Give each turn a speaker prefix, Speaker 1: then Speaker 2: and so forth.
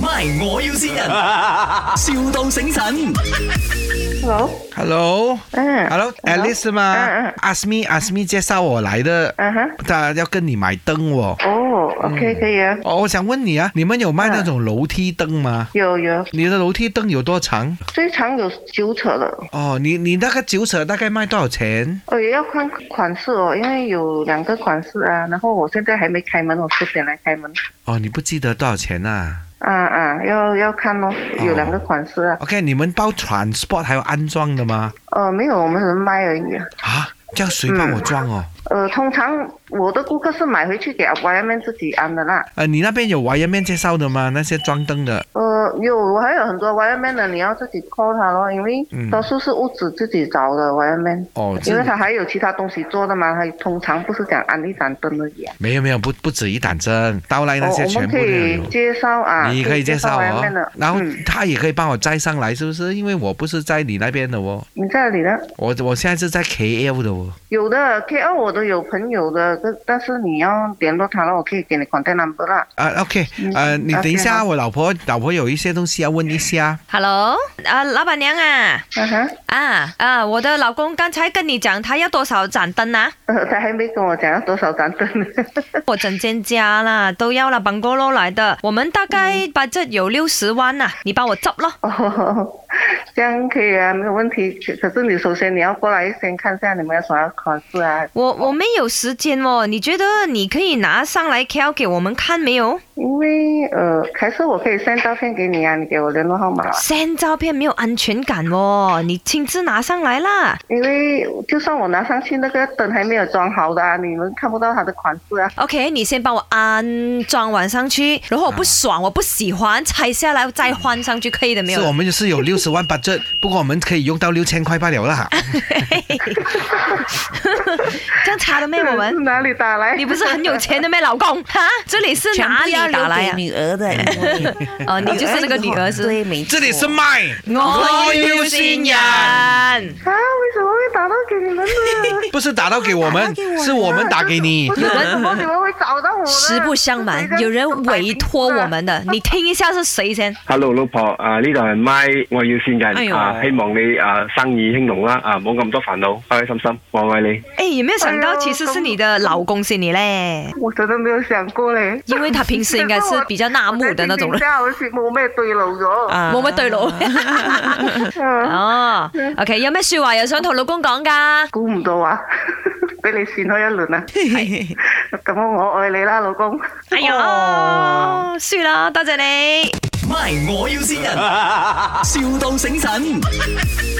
Speaker 1: MY，我要先人，, 笑到醒神。
Speaker 2: Hello，
Speaker 3: Hello，
Speaker 2: 嗯
Speaker 3: h e l l o a l i c e 吗
Speaker 2: 嗯嗯
Speaker 3: ？Ask me，Ask me，介绍我来的，
Speaker 2: 嗯哼，
Speaker 3: 他要跟你买灯哦。
Speaker 2: 哦，OK，可以啊，
Speaker 3: 哦，我想问你啊，你们有卖
Speaker 2: 嗯
Speaker 3: 那种楼梯灯吗？
Speaker 2: 有有，
Speaker 3: 你的楼梯灯有多长？
Speaker 2: 最长有九尺了，
Speaker 3: 哦，你你那个九尺大概卖多少钱？
Speaker 2: 哦，也要看款式哦，因为有两个款式啊，然后我现在还没开门，我迟点来开门，
Speaker 3: 哦，你不记得多少钱啊
Speaker 2: 啊啊，要要看哦，有两个款式啊，
Speaker 3: ？OK，你们包 transport 还有安装的吗？
Speaker 2: 呃，没有，我们只是卖而已啊，
Speaker 3: 啊，这样谁帮我装哦？
Speaker 2: 呃，通常我的顾客是买回去给外面自己安的啦，
Speaker 3: 呃，你那边有 Y M 介绍的吗？那些装灯的？
Speaker 2: 呃，有，我还有很多外面的，你要自己 call 他咯，因为
Speaker 3: 嗯
Speaker 2: 多数是屋子自己找的外面。
Speaker 3: 哦，
Speaker 2: 因
Speaker 3: 这
Speaker 2: 为他还有其他东西做的嘛，他通常不是讲安利盏灯而已啊。
Speaker 3: 没有没有，不不止一盏灯，到哎来那
Speaker 2: 哦
Speaker 3: 些
Speaker 2: 我
Speaker 3: 全
Speaker 2: 们
Speaker 3: 部
Speaker 2: 可
Speaker 3: 都
Speaker 2: 以
Speaker 3: 有。
Speaker 2: 介绍啊，
Speaker 3: 你可以介绍
Speaker 2: 外
Speaker 3: 哦
Speaker 2: 面的，
Speaker 3: 然后
Speaker 2: 嗯
Speaker 3: 他也可以帮我摘上来，是不是？因为我不是在你那边的哦，
Speaker 2: 你在里呢？
Speaker 3: 我我现在是在 KL 的哦。
Speaker 2: 有的 K 二我都有朋友的，但但是你要联络他了，我可以给你 contact number 啦。
Speaker 3: 啊，OK，呃，
Speaker 2: 嗯
Speaker 3: 你等一下，
Speaker 2: OK，
Speaker 3: 我老婆老婆有一些东西要问一下。
Speaker 4: Hello，啊，老板娘啊，
Speaker 2: 嗯哼，
Speaker 4: 啊啊，我的老公刚才跟你讲他要多少盏灯啊？
Speaker 2: 呃 他还没跟我讲要多少盏灯。
Speaker 4: 我整间家啦都要了，本锅楼来的，我们大概
Speaker 3: 嗯
Speaker 4: 把这有六十万呐、你帮我执咯。
Speaker 2: 哦，这样可以啊，没有问题。可是你首先你要过来先看一下你们有什么款式啊。
Speaker 4: 我
Speaker 3: 哦
Speaker 4: 我没有时间哦，你觉得你可以拿上来 K 给我们看没有
Speaker 2: 因为呃，还是我可以 send 照片给你啊，你给我联络号码啊。
Speaker 4: ？send 照片没有安全感哦，你亲自拿上来啦。
Speaker 2: 因为就算我拿上去，那个灯还没有装好的啊，你们看不到它的款式啊。
Speaker 4: OK，你先帮我安装完上去，然后我不
Speaker 3: 啊
Speaker 4: 爽，我不喜欢，拆下来再换上去，可以的没
Speaker 3: 是我
Speaker 4: 有？
Speaker 3: 们就是有六十万 budget，不过我们可以用到六千块罢了 啦。
Speaker 4: 这样差了没？我
Speaker 2: 这
Speaker 4: 们
Speaker 2: 是？哪里打来？
Speaker 4: 你不是很有钱的咩，老公？ 哈，这里是
Speaker 5: 全
Speaker 4: 哪
Speaker 5: 部
Speaker 4: 里
Speaker 5: 要
Speaker 4: 打
Speaker 5: 留
Speaker 4: 来
Speaker 5: 给
Speaker 4: 呀、
Speaker 5: 女儿的，
Speaker 4: 哦，你就是那个女儿是？
Speaker 5: 对，没错。
Speaker 3: 这里是麦，
Speaker 4: 哎新。人，
Speaker 2: 啊，为什么会打到给你们呢？
Speaker 3: 不是打到给我们，是我们打给你
Speaker 2: 不。是为什么你们会找到我呢？
Speaker 4: 实不相瞒，有人委托我们的， 你听一下是谁先？
Speaker 6: Hello，老婆，啊呢度係 My，我要善
Speaker 5: 哎
Speaker 6: 人，
Speaker 5: 呦
Speaker 6: 啊希望你啊生意興隆啦，啊冇咁多煩惱，開開心心，我愛你。
Speaker 4: 哎，有没有想
Speaker 2: 哎
Speaker 4: 到
Speaker 2: 呦
Speaker 4: 其实是你的老公是你嘞？
Speaker 2: 啊我真的没有想过嘞。
Speaker 4: 因为他平时应该是比较納木的那種
Speaker 2: 我
Speaker 4: 人
Speaker 2: 在電視上好似冇咩對路咗。
Speaker 5: 啊
Speaker 4: 冇乜對路。
Speaker 2: 啊
Speaker 4: 哦，OK，有咩说话又想同老公讲噶？
Speaker 2: 估唔到啊！ 俾你扇開一輪啊！咁我愛你啦，老公。
Speaker 4: 哎呀，算啦，多谢你。
Speaker 1: MY，我要先人，,笑到醒神。